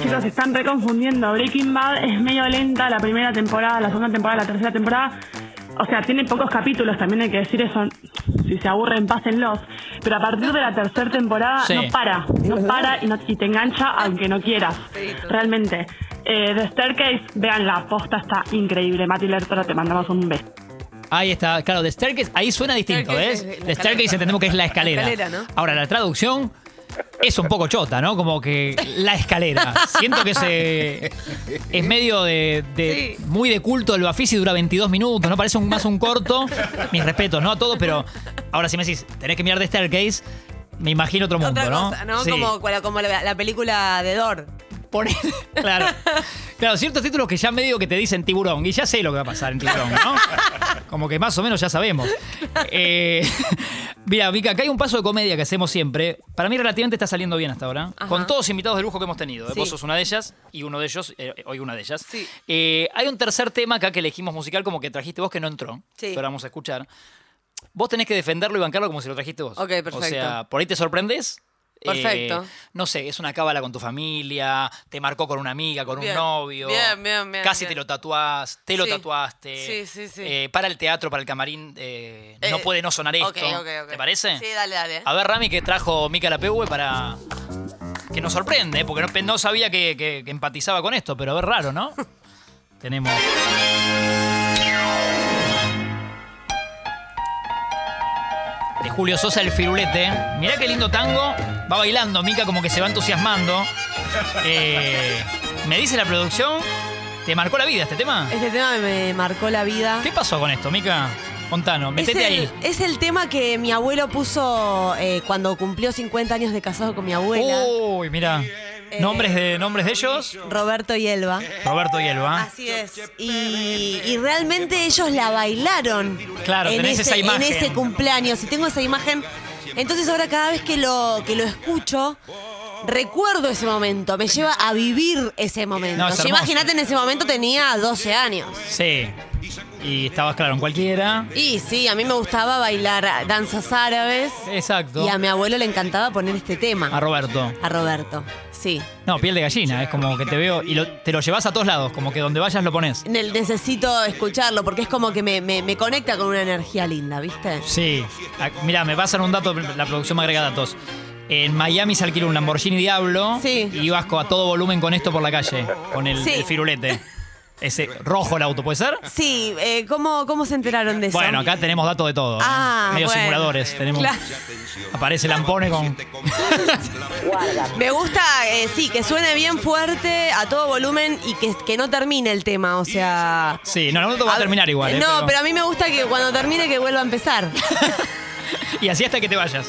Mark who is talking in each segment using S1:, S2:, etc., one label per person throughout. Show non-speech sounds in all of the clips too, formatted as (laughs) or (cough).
S1: chicos, se están reconfundiendo. Breaking Bad es medio lenta la primera temporada, la segunda temporada, la tercera temporada. O sea, tiene pocos capítulos, también hay que decir eso. Si se aburren, pásenlos. Pero a partir de la tercera temporada
S2: Sí.
S1: no para, no para y, no- y te engancha aunque no quieras. Realmente. Eh, The Staircase, vean la posta, está increíble. Mati Lertora, te mandamos un beso.
S2: Ahí está, claro, The Staircase, ahí suena distinto,
S3: Staircase
S2: ¿ves?
S3: es la
S2: The Staircase
S3: escalera.
S2: entendemos que es la
S3: La
S2: escalera.
S3: escalera, ¿no?
S2: Ahora, la traducción es un poco chota, ¿no? Como que la escalera. Siento que se es medio de, de-
S3: Sí.
S2: muy de culto el Bafisi, dura 22 minutos, ¿no? Parece un, más un corto. Mis respetos, ¿no? A todos, pero ahora si me decís, tenés que mirar The Staircase, me imagino otro mundo,
S3: Otra
S2: ¿no?
S3: cosa, ¿no?
S2: Sí.
S3: Como, como la, la película de Dor.
S2: Poner- (laughs) claro. Claro, ciertos títulos que ya medio que te dicen tiburón. Y ya sé lo que va a pasar en tiburón,
S3: (laughs)
S2: ¿no? Como que más o menos ya sabemos. Eh, mira, Vika, acá hay un paso de comedia que hacemos siempre. Para mí relativamente está saliendo bien hasta ahora.
S3: Ajá.
S2: Con todos invitados de lujo que hemos tenido.
S3: Sí.
S2: Vos sos una de ellas y uno de ellos, eh, hoy una de ellas.
S3: Sí.
S2: Eh, hay un tercer tema acá que elegimos musical como que trajiste vos que no entró.
S3: Sí.
S2: Que ahora vamos a escuchar. Vos tenés que defenderlo y bancarlo como si lo trajiste vos.
S3: Ok, perfecto.
S2: O sea, por ahí te sorprendes. eh,
S3: Perfecto.
S2: no sé, es una cábala con tu familia, te marcó con una amiga, con
S3: Bien.
S2: un novio.
S3: Bien, bien, bien,
S2: Casi
S3: bien.
S2: te lo tatuás, te lo
S3: Sí.
S2: tatuaste.
S3: Sí, sí, sí.
S2: Eh, para el teatro, para el camarín, eh, no
S3: Eh,
S2: puede no sonar esto.
S3: ok, ok, ok.
S2: ¿Te parece?
S3: Sí, dale, dale.
S2: A ver, Rami, que trajo Mica Lapegue E para. Que nos sorprende, ¿eh? porque no, no sabía que, que- que empatizaba con esto, pero a ver, raro, ¿no? (laughs) Tenemos. De Julio Sosa, el firulete. Mirá qué lindo tango. Va bailando, Mica como que se va entusiasmando. Eh, me dice la producción, ¿te marcó la vida este tema?
S3: Este tema me marcó la vida.
S2: ¿Qué pasó con esto, Mica? Contanos,
S3: Es
S2: metete
S3: el,
S2: ahí.
S3: es el tema que mi abuelo puso eh, cuando cumplió 50 años de casado con mi abuela,
S2: Uy, mira.
S3: eh,
S2: Nombres de nombres de ellos.
S3: Roberto y Elba.
S2: Roberto y Elba.
S3: Así es. Y, y realmente ellos la bailaron.
S2: Claro,
S3: en
S2: tenés
S3: ese,
S2: esa imagen.
S3: En ese cumpleaños. Y tengo esa imagen. Entonces ahora cada vez que lo, que lo escucho, recuerdo ese momento. Me lleva a vivir ese momento.
S2: No, es
S3: O sea,
S2: hermoso.
S3: Imagínate, en ese momento tenía 12 años.
S2: Sí. Y estabas claro en cualquiera.
S3: Y sí, a mí me gustaba bailar danzas árabes.
S2: Exacto.
S3: Y a mi abuelo le encantaba poner este
S2: A
S3: tema.
S2: Roberto.
S3: A Roberto. Sí.
S2: No, piel de gallina, es como que te veo y lo- te lo llevas a todos lados, como que donde vayas lo pones.
S3: Ne- Necesito escucharlo porque es como que me, me- me conecta con una energía linda, ¿viste?
S2: Sí. Mira, me pasan un dato, la producción me agrega datos. En Miami se alquiló un Lamborghini Diablo
S3: Sí.
S2: y ibas co- a todo volumen con esto por la calle, con el,
S3: Sí.
S2: el firulete. Ese rojo el auto, ¿puede ser?
S3: Sí, eh, ¿cómo, ¿cómo se enteraron de eso?
S2: Bueno, acá tenemos datos de todo. ¿eh?
S3: Ah,
S2: Medio
S3: bueno.
S2: simuladores. Tenemos,
S3: Claro.
S2: Aparece Lampone con.
S3: Me gusta, eh, sí, que suene bien fuerte, a todo volumen y que, que no termine el tema, o sea...
S2: Sí, no, el auto va a terminar igual. ¿eh?
S3: No, pero... a mí me gusta que cuando termine que vuelva a empezar.
S2: Y así hasta que te vayas.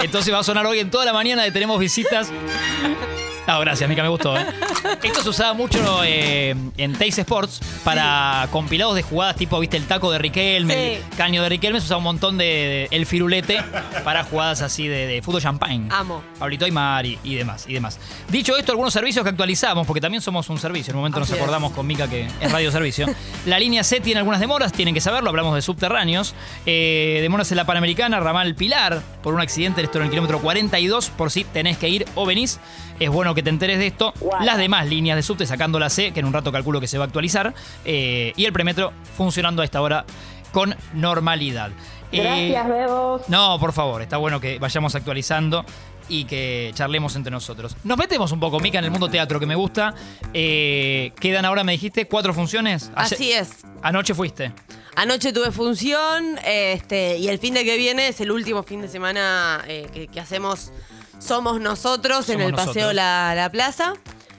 S2: Entonces va a sonar hoy en toda la mañana de Tenemos Visitas. Ah, gracias, Mica, me gustó. ¿eh? Esto se usaba mucho eh, en Tays Sports para compilados de jugadas tipo, viste, el taco de Riquelme,
S3: Sí.
S2: el caño de Riquelme. Se usaba un montón de, de- el firulete para jugadas así de, de fútbol champagne.
S3: Amo.
S2: Pablito Aymar y, y demás, y demás. Dicho esto, algunos servicios que actualizamos, porque también somos un servicio. En un momento
S3: Así
S2: nos
S3: es.
S2: acordamos con Mica que es Radio Servicio. La línea C tiene algunas demoras, tienen que saberlo, hablamos de subterráneos. Eh, demoras en la Panamericana, Ramal Pilar, por un accidente, esto en el kilómetro 42, por si tenés que ir o venís. Es bueno que te enteres de esto. Las demás líneas de subte, sacando la C, que en un rato calculo que se va a actualizar. eh, y el premetro funcionando a esta hora con normalidad. Eh,
S4: Gracias, Bebos.
S2: no, por favor, está bueno que vayamos actualizando y que charlemos entre nosotros. Nos metemos un poco, Mica, en el mundo teatro que me gusta. Eh, quedan ahora, me dijiste, cuatro funciones. Ayer-
S3: Así es.
S2: Anoche fuiste.
S3: Anoche tuve función este, y el fin de que viene es el último fin de semana eh, que, que hacemos Somos Nosotros en
S2: Somos
S3: el Paseo
S2: Nosotros.
S3: La, La Plaza,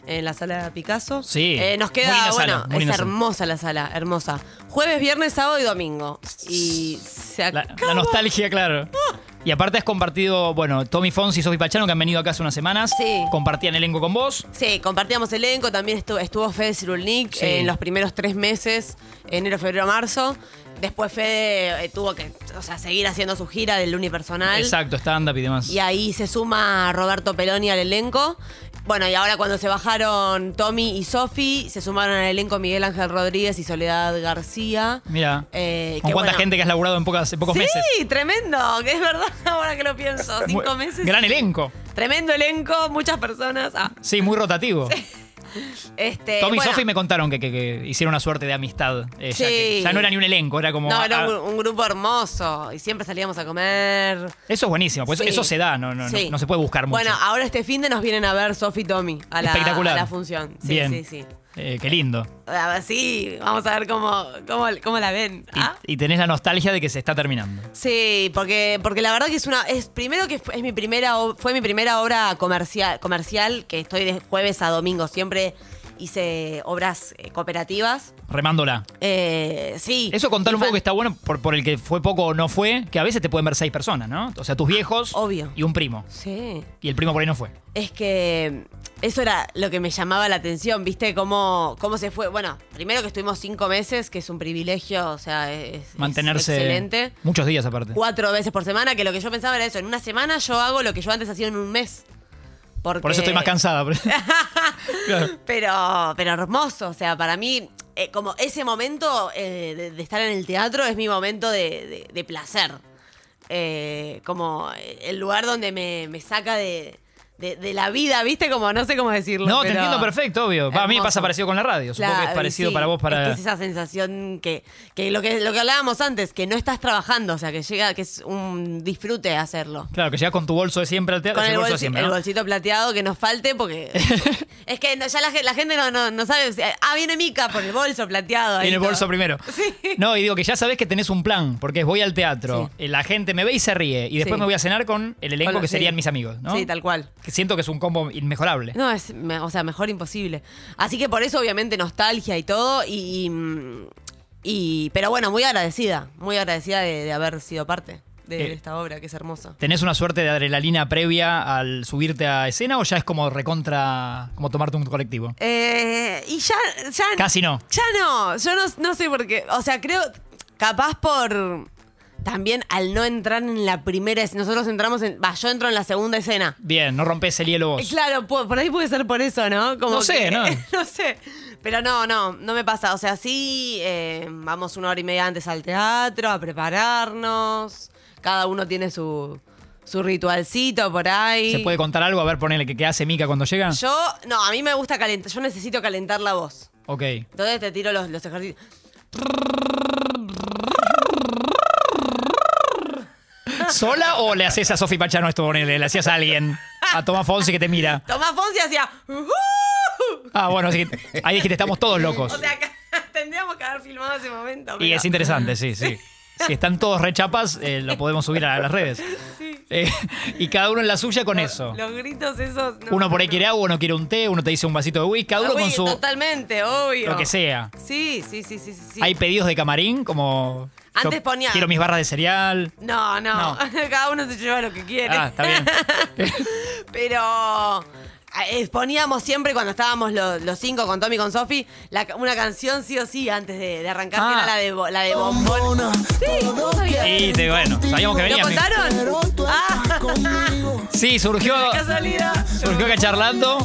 S3: en la sala Picasso.
S2: Sí,
S3: Eh, nos
S2: muy
S3: queda,
S2: linda
S3: bueno,
S2: sala, muy linda
S3: es
S2: sala.
S3: hermosa la sala, hermosa. Jueves, viernes, sábado y domingo. Y se
S2: La, la
S3: acabó.
S2: nostalgia, claro.
S3: Ah.
S2: Y aparte has compartido, bueno, Tommy Fonsi y Sofi Pachano, que han venido acá hace unas semanas.
S3: Sí.
S2: Compartían elenco con vos.
S3: Sí, compartíamos elenco, también estuvo, estuvo Fede Cirulnik
S2: Sí.
S3: en los primeros tres meses, enero, febrero, marzo. Después Fede eh, tuvo que o sea, seguir haciendo su gira del unipersonal.
S2: Exacto, stand-up y demás.
S3: Y ahí se suma Roberto Peloni al elenco. Bueno, y ahora cuando se bajaron Tommy y Sofi, se sumaron al elenco Miguel Ángel Rodríguez y Soledad García.
S2: Mira,
S3: Eh,
S2: con
S3: que
S2: cuánta
S3: bueno.
S2: gente que has laburado en pocas, en pocos
S3: sí,
S2: meses.
S3: (laughs) tremendo, que es verdad ahora que lo pienso. Cinco
S2: Muy-
S3: meses.
S2: Gran elenco.
S3: Tremendo elenco, muchas personas. Ah,
S2: Sí, muy rotativo.
S3: este,
S2: Tommy y
S3: bueno,
S2: Sofi me contaron que, que- que hicieron una suerte de amistad. eh, ya, que
S3: Sí.
S2: ya no era ni un elenco, era como.
S3: No,
S2: ah,
S3: era
S2: ah,
S3: un, un grupo hermoso y siempre salíamos a comer.
S2: Eso es buenísimo, pues
S3: Sí.
S2: eso se da, no, no,
S3: Sí.
S2: no, no se puede buscar mucho.
S3: Bueno, ahora este fin de nos vienen a ver Sofi y Tommy a la,
S2: Espectacular.
S3: a la función. Sí,
S2: Bien.
S3: sí, sí.
S2: Eh, qué lindo.
S3: A ver, sí, vamos a ver cómo, cómo, cómo la ven.
S2: Y,
S3: ¿ah?
S2: y tenés la nostalgia de que se está terminando.
S3: Sí, porque, porque la verdad que es una. Es primero que fue- es mi primera o- fue mi primera obra comercial, comercial, que estoy de jueves a domingo. Siempre hice obras eh, cooperativas.
S2: Remándola.
S3: Eh, sí.
S2: Eso contar un
S3: Y fan-
S2: poco que está bueno por, por el que fue poco o no fue, que a veces te pueden ver seis personas, ¿no? O sea, tus viejos
S3: Ah, Obvio.
S2: y un primo.
S3: Sí.
S2: Y el primo por ahí no fue.
S3: Es que eso era lo que me llamaba la atención, ¿viste? Cómo, cómo se fue. Bueno, primero que estuvimos cinco meses, que es un privilegio, o sea, es, es
S2: Mantenerse
S3: excelente.
S2: muchos días aparte.
S3: Cuatro veces por semana, que lo que yo pensaba era eso. En una semana yo hago lo que yo antes hacía en un mes. Porque...
S2: Por eso estoy más
S3: (laughs)
S2: cansada. Claro.
S3: Pero, pero hermoso, o sea, para mí, eh, como ese momento eh, de, de estar en el teatro es mi momento de, de- de placer. Eh, como el lugar donde me, me saca de, de- de la vida, ¿viste? Como no sé cómo decirlo.
S2: No, te
S3: pero-
S2: entiendo perfecto, obvio. Va, A mí me
S3: Hermoso.
S2: pasa parecido con la radio. Supongo que
S3: Claro,
S2: es parecido
S3: sí,
S2: para vos para.
S3: es que es esa sensación que, que lo que lo que hablábamos antes, que no estás trabajando, o sea, que llega, que es un disfrute hacerlo.
S2: Claro, que llegas con tu bolso de siempre al teatro.
S3: Con
S2: yo
S3: el,
S2: bolso de
S3: bolsi-
S2: siempre,
S3: el
S2: ¿no?
S3: bolsito plateado que nos falte
S2: (laughs)
S3: porque... es que no- ya la, ge- la gente no, no, no sabe... o sea, Ah, viene Mica por el bolso plateado. ahí
S2: Y en el
S3: todo.
S2: bolso primero.
S3: (laughs) Sí.
S2: No, y digo que ya sabés que tenés un plan, porque es voy al teatro, eh, la gente me ve y se ríe, y después
S3: Sí.
S2: me voy a cenar con el elenco
S3: Con-
S2: que
S3: sí.
S2: serían mis amigos, ¿no?
S3: Sí, tal cual.
S2: Que siento que es un combo inmejorable.
S3: No, es, me- o sea, mejor imposible. Así que por eso, obviamente, nostalgia y todo. Y, y, mm, y- pero bueno, muy agradecida. Muy agradecida de, de haber sido parte de,
S2: Eh.
S3: esta obra, que es hermosa.
S2: ¿Tenés una suerte de adrenalina previa al subirte a escena o ya es como recontra, como tomarte un colectivo?
S3: Eh, y ya, ya...
S2: Casi no.
S3: Ya no, yo no, no sé por qué. O sea, creo, capaz por también al no entrar en la primera escena. Nosotros entramos en. Va, yo entro en la segunda escena.
S2: Bien, no rompes el hielo vos.
S3: Eh, Claro, pu- por, ahí puede ser por eso, ¿no? Como
S2: No sé,
S3: que-
S2: no.
S3: (laughs) no sé. Pero no, no, no me pasa. O sea, sí, eh, vamos una hora y media antes al teatro a prepararnos. Cada uno tiene su, su ritualcito por ahí.
S2: ¿Se puede contar algo? A ver, ponele, ¿qué, qué hace Mica cuando llega?
S3: Yo, no, a mí me gusta calentar. Yo necesito calentar la voz.
S2: Ok.
S3: Entonces te tiro los, los ejercicios.
S2: ¿Sola o le haces a Sofi Pachano esto, ponele? ¿Le hacías a alguien? A Tomás Fonsi que te mira.
S3: Tomás Fonsi hacía. "Ujú".
S2: Ah, bueno, así que ahí dijiste, estamos todos locos.
S3: O sea, que (laughs) tendríamos que haber filmado ese momento.
S2: Y
S3: pero-
S2: es interesante, sí, sí. Si están todos rechapas, eh, lo podemos subir a las redes. Eh, y cada uno en la suya con eso.
S3: Los gritos esos. no,
S2: Uno por ahí
S3: no.
S2: quiere agua, uno quiere un té, uno te dice un vasito de whisky, cada uno con
S3: Uy,
S2: su...
S3: Totalmente, obvio.
S2: Lo que sea.
S3: Sí, sí, sí, sí. sí, sí.
S2: Hay pedidos de camarín como... yo
S3: Antes ponía-
S2: Quiero mis barras de cereal.
S3: No, no,
S2: No.
S3: (laughs) Cada uno se lleva lo que quiere.
S2: Ah, está bien.
S3: Pero. eh, Poníamos siempre cuando estábamos los, los cinco con Tommy y con Sofi la ca- una canción sí o sí antes de, de arrancar, que
S2: Ah.
S3: era la de, bo- la de bombón. Sí, no sabía.
S2: Y te- bueno, sabíamos que venía.
S3: ¿Lo contaron? Ah, (laughs)
S2: Sí, surgió...
S3: casualidad.
S2: Surgió acá charlando.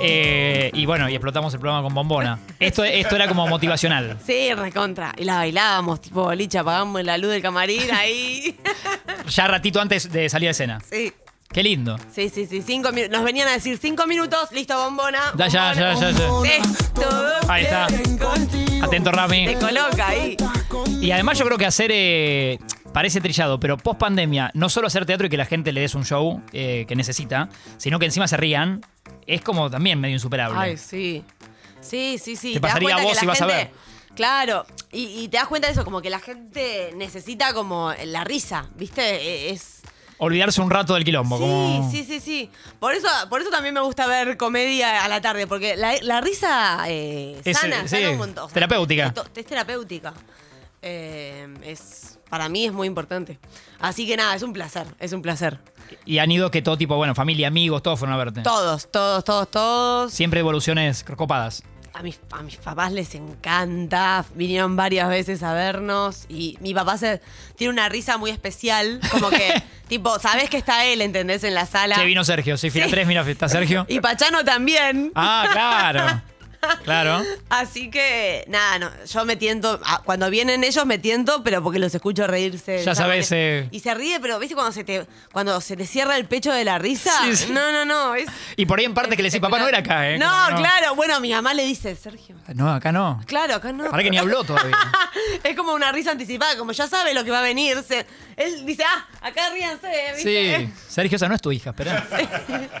S2: eh, y bueno, y explotamos el programa con bombona. Esto, esto era como motivacional.
S3: Sí, recontra. Y la bailábamos, tipo boliche, apagamos la luz del camarín ahí.
S2: Ya ratito antes de salir a escena.
S3: sí.
S2: Qué lindo.
S3: Sí, sí, sí. Cinco minu- Nos venían a decir cinco minutos, listo, bombona.
S2: Ya, ya, ya, ya, ya.
S3: bombona. Sí, todo
S2: Ahí está.
S3: bien contigo.
S2: Atento, Rami.
S3: Te coloca ahí.
S2: Y además yo creo que hacer, eh, parece trillado, pero post pandemia, no solo hacer teatro y que la gente le des un show eh, que necesita, sino que encima se rían, es como también medio insuperable.
S3: Ay, sí. Sí, sí, sí.
S2: Te
S3: das
S2: pasaría
S3: cuenta
S2: a vos
S3: que la
S2: si vas a
S3: gente- Claro. Y, y te das cuenta de eso, como que la gente necesita como la risa, ¿viste? E- Es...
S2: Olvidarse un rato del quilombo. como-
S3: Sí, sí, sí, sí. Por eso, por eso también me gusta ver comedia a la tarde, porque la, la risa eh,
S2: Es,
S3: sana,
S2: eh,
S3: sana
S2: sí,
S3: un montón. O sea,
S2: terapéutica.
S3: Es, to- es terapéutica. Eh, es, para mí es muy importante. Así que nada, es un placer, es un placer.
S2: Y han ido que todo tipo, bueno, familia, amigos, todos fueron a verte.
S3: Todos, todos, todos, todos.
S2: Siempre evoluciones copadas.
S3: A mis, a mis papás les encanta, vinieron varias veces a vernos y mi papá se, tiene una risa muy especial,
S2: (laughs)
S3: como que, tipo, sabes que está él, ¿entendés? En la sala.
S2: Che, vino Sergio, sí, fila 3, mira, está Sergio.
S3: Y Pachano también.
S2: Ah, claro. Claro.
S3: Así que, nada, no, yo me tiento. ah, Cuando vienen ellos me tiento, pero porque los escucho reírse. de
S2: Ya
S3: esa
S2: sabés,
S3: manera.
S2: eh.
S3: Y se ríe, pero ¿viste cuando se te cuando se te cierra el pecho de la risa?
S2: Sí, sí.
S3: No, no, no. Es,
S2: Y por ahí en parte que le decís, papá no era acá, ¿eh?
S3: No,
S2: Como
S3: claro. Bueno, mi mamá le dice, Sergio.
S2: No, acá no.
S3: Claro, acá no.
S2: Para que ni habló todavía.
S3: (laughs) es como una risa anticipada, como ya sabe lo que va a venir. se- él dice, ah, acá ríanse,
S2: Sí.
S3: ¿viste?
S2: Sergio, esa no es tu hija, espera. (laughs)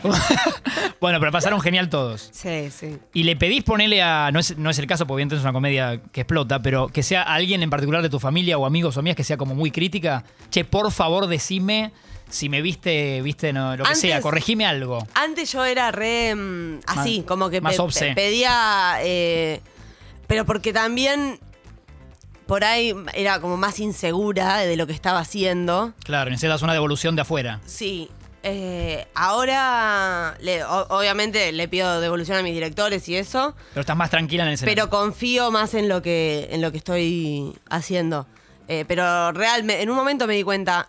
S2: bueno, pero pasaron genial todos.
S3: Sí, sí.
S2: Y le pedís ponerle a. No es, no es el caso, porque evidentemente es una comedia que explota, pero que sea alguien en particular de tu familia o amigos o amigas que sea como muy crítica. Che, por favor, decime si me viste, viste, no, lo que
S3: Antes-
S2: sea, corregime algo.
S3: Antes yo era re mm, así,
S2: Más-
S3: como que
S2: más
S3: pe-
S2: obsé.
S3: pe- pedía. eh, pero porque también por ahí era como más insegura de lo que estaba haciendo.
S2: Claro, necesitas una devolución de afuera.
S3: Sí. eh, ahora, le- o- obviamente, le pido devolución a mis directores y eso.
S2: Pero estás más tranquila en el escenario.
S3: Pero confío más en lo que, en lo que estoy haciendo. Eh, pero realmente, en un momento me di cuenta.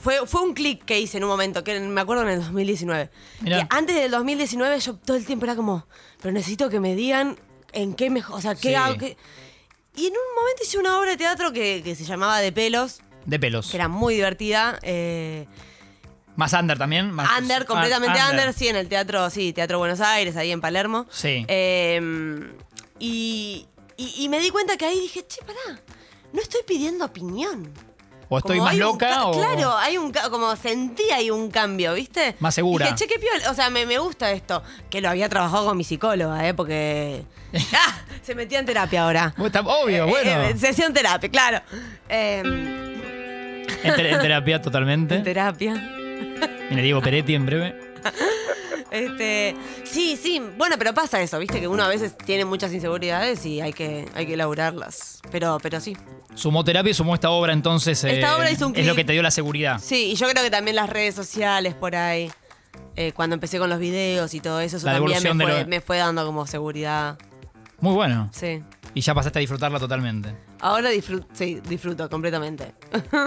S3: Fue, fue un clic que hice en un momento, que me acuerdo en el 2019.
S2: Mirá.
S3: Que antes del 2019 yo todo el tiempo era como, pero necesito que me digan en qué mejor, o sea, qué
S2: Sí.
S3: hago. qué-". Y en un momento hice una obra de teatro que, que se llamaba De pelos,
S2: de pelos.
S3: que era muy divertida. eh,
S2: Más under también. Más
S3: Under,
S2: Ah,
S3: completamente under. sí, en el teatro, sí, Teatro Buenos Aires, ahí en Palermo.
S2: Sí.
S3: Eh, y, y- y me di cuenta que ahí dije, che, pará, no estoy pidiendo opinión.
S2: O estoy
S3: Como
S2: más
S3: hay un
S2: loca
S3: ca-
S2: o.
S3: Claro, hay un ca- como sentí ahí un cambio, ¿viste?
S2: Más segura.
S3: Dije, che, qué piola, o sea, me, me gusta esto. Que lo había trabajado con mi psicóloga, ¿eh?
S2: (laughs)
S3: Porque... ¡Ah! Se metía en terapia ahora.
S2: Bueno, está- obvio,
S3: Eh,
S2: bueno.
S3: eh, sesión terapia, claro. Eh,
S2: (laughs) En, ter- en terapia totalmente.
S3: terapia.
S2: Mira, Diego Peretti en breve.
S3: Este, sí, sí, bueno, pero pasa eso, viste que uno a veces tiene muchas inseguridades y hay que, hay que laburarlas. Pero, pero sí.
S2: Sumó terapia y sumó esta obra, entonces. eh,
S3: Esta obra hizo un
S2: Es
S3: clic.
S2: lo que te dio la seguridad.
S3: Sí, y yo creo que también las redes sociales por ahí, eh, cuando empecé con los videos y todo eso, eso
S2: La
S3: también me
S2: devolución de
S3: fue,
S2: lo-
S3: me fue dando como seguridad.
S2: Muy bueno.
S3: Sí.
S2: Y ya pasaste a disfrutarla
S3: (laughs)
S2: totalmente.
S3: Ahora disfruto, sí, disfruto completamente.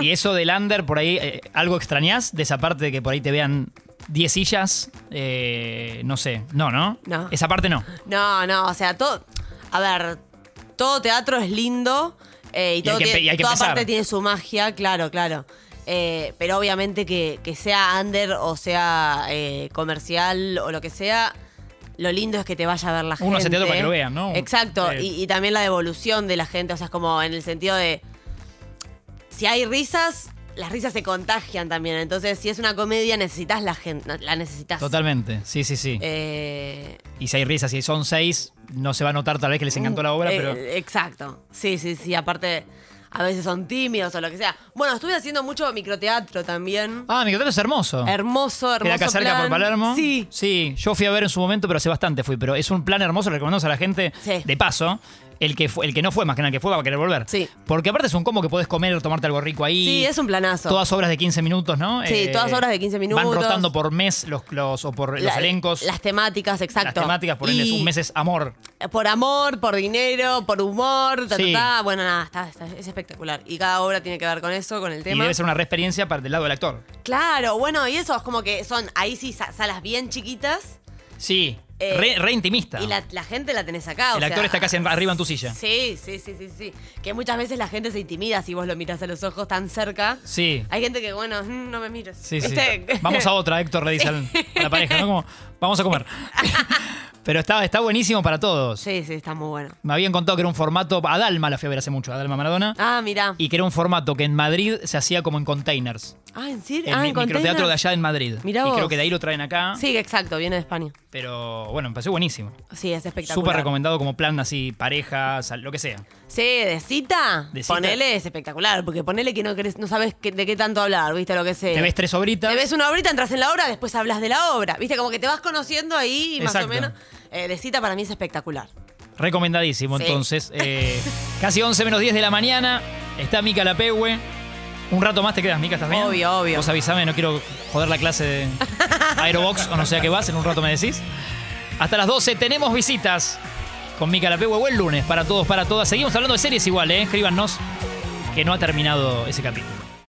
S2: Y eso del under, por ahí, eh, ¿algo extrañás de esa parte de que por ahí te vean 10 sillas? Eh, no sé. No, ¿no?
S3: No.
S2: Esa parte
S3: (laughs)
S2: no.
S3: No, no, o sea, todo. A ver, todo teatro es lindo eh,
S2: hay
S3: y, todo
S2: que
S3: tiene-
S2: empe- y hay que
S3: toda
S2: empezar.
S3: parte tiene su magia, claro, claro. Eh, pero obviamente que, que sea under o sea eh, comercial o lo que sea, lo lindo es que te vaya a ver la gente. ¿eh?
S2: Uno hace teatro para que lo vean, ¿no?
S3: Exacto,
S2: Eh.
S3: y, y también la devolución de la gente, o sea, es como en el sentido de. Si hay risas, las risas se contagian también. Entonces, si es una comedia, necesitas la gente, la necesitas.
S2: Totalmente. Sí, sí, sí.
S3: Eh,
S2: Y si hay risas, si son seis, no se va a notar tal vez que les encantó la obra,
S3: Eh,
S2: pero.
S3: Exacto. Sí, sí, sí. Aparte, a veces son tímidos o lo que sea. Bueno, estuve haciendo mucho microteatro también.
S2: Ah, mi teatro es hermoso.
S3: Hermoso, hermoso.
S2: Queda acá cerca
S3: plan.
S2: por Palermo.
S3: Sí.
S2: Sí, yo fui a ver en su momento, pero hace bastante fui. Pero es un plan hermoso, le recomendamos a la gente.
S3: Sí.
S2: De paso, el que, fue, el que no fue, más que nada el que fue, va a querer volver.
S3: Sí.
S2: Porque aparte es un combo que podés comer, tomarte algo rico ahí.
S3: Sí, es un planazo.
S2: Todas obras de 15 minutos, ¿no? Eh,
S3: Sí, todas obras de 15
S2: Van
S3: minutos.
S2: rotando por mes los, los- o por los
S3: La-
S2: elencos.
S3: Las temáticas, exacto.
S2: Las temáticas, por ende,
S3: Y
S2: es un mes es amor.
S3: Por amor, por dinero, por humor, ta, ta,
S2: Sí.
S3: ta. Bueno, nada, está- está- es espectacular. Y cada obra tiene que ver con eso, con el
S2: Y
S3: tema.
S2: debe ser una reexperiencia para del lado del actor.
S3: Claro, bueno, y eso es como que son ahí sí sa- salas bien chiquitas
S2: Sí.
S3: Eh,
S2: re, re intimista.
S3: y la, la gente la tenés acá. o
S2: el actor
S3: sea,
S2: está casi en- arriba en tu silla.
S3: Sí, sí, sí, sí, sí. Que muchas veces la gente se intimida si vos lo miras a los ojos tan cerca.
S2: Sí.
S3: Hay gente que, bueno, mm, no me mires.
S2: Sí, sí.
S3: ¿Viste?
S2: (laughs) Vamos a otra, Héctor,
S3: (laughs)
S2: le dice al- a la pareja, ¿no? Como, vamos a comer. Pero está, está buenísimo para todos.
S3: Sí, sí, está muy bueno.
S2: Me habían contado que era un formato. A Dalma la fui a ver hace mucho, a Dalma Maradona.
S3: Ah, mirá.
S2: Y que era un formato que en Madrid se hacía como en containers.
S3: Ah, ¿en serio?
S2: En
S3: ah,
S2: mi-
S3: en
S2: microteatro de
S3: containers.
S2: allá en Madrid.
S3: Mirá
S2: y
S3: vos.
S2: creo que de ahí lo traen acá.
S3: Sí, exacto, viene de España.
S2: Pero bueno, me pareció buenísimo.
S3: Sí, es espectacular.
S2: Súper recomendado como plan así, pareja, sal- lo que sea.
S3: Sí, de cita,
S2: De cita.
S3: ponele, es espectacular, porque ponele que no, querés- no sabes qué- de qué tanto hablar, ¿viste? Lo que sea.
S2: Te ves tres obritas.
S3: Te ves una obrita, entras en la obra, después hablas de la obra. ¿Viste? Como que te vas conociendo ahí, más
S2: Exacto.
S3: o menos. Eh, de cita para mí es espectacular.
S2: Recomendadísimo,
S3: Sí.
S2: entonces.
S3: (laughs)
S2: Eh, casi 11 menos 10 de la mañana. Está Mica Lapehue. Un rato más te quedas, Mica, ¿estás bien?
S3: Obvio, obvio.
S2: Vos avisame, no quiero joder la clase
S3: (laughs)
S2: de Aerobox o no sé a qué vas, en un rato me decís. Hasta las 12 tenemos visitas con Mica Lapehue. Buen lunes para todos, para todas. Seguimos hablando de series igual, ¿eh? Escríbanos que no ha terminado ese capítulo.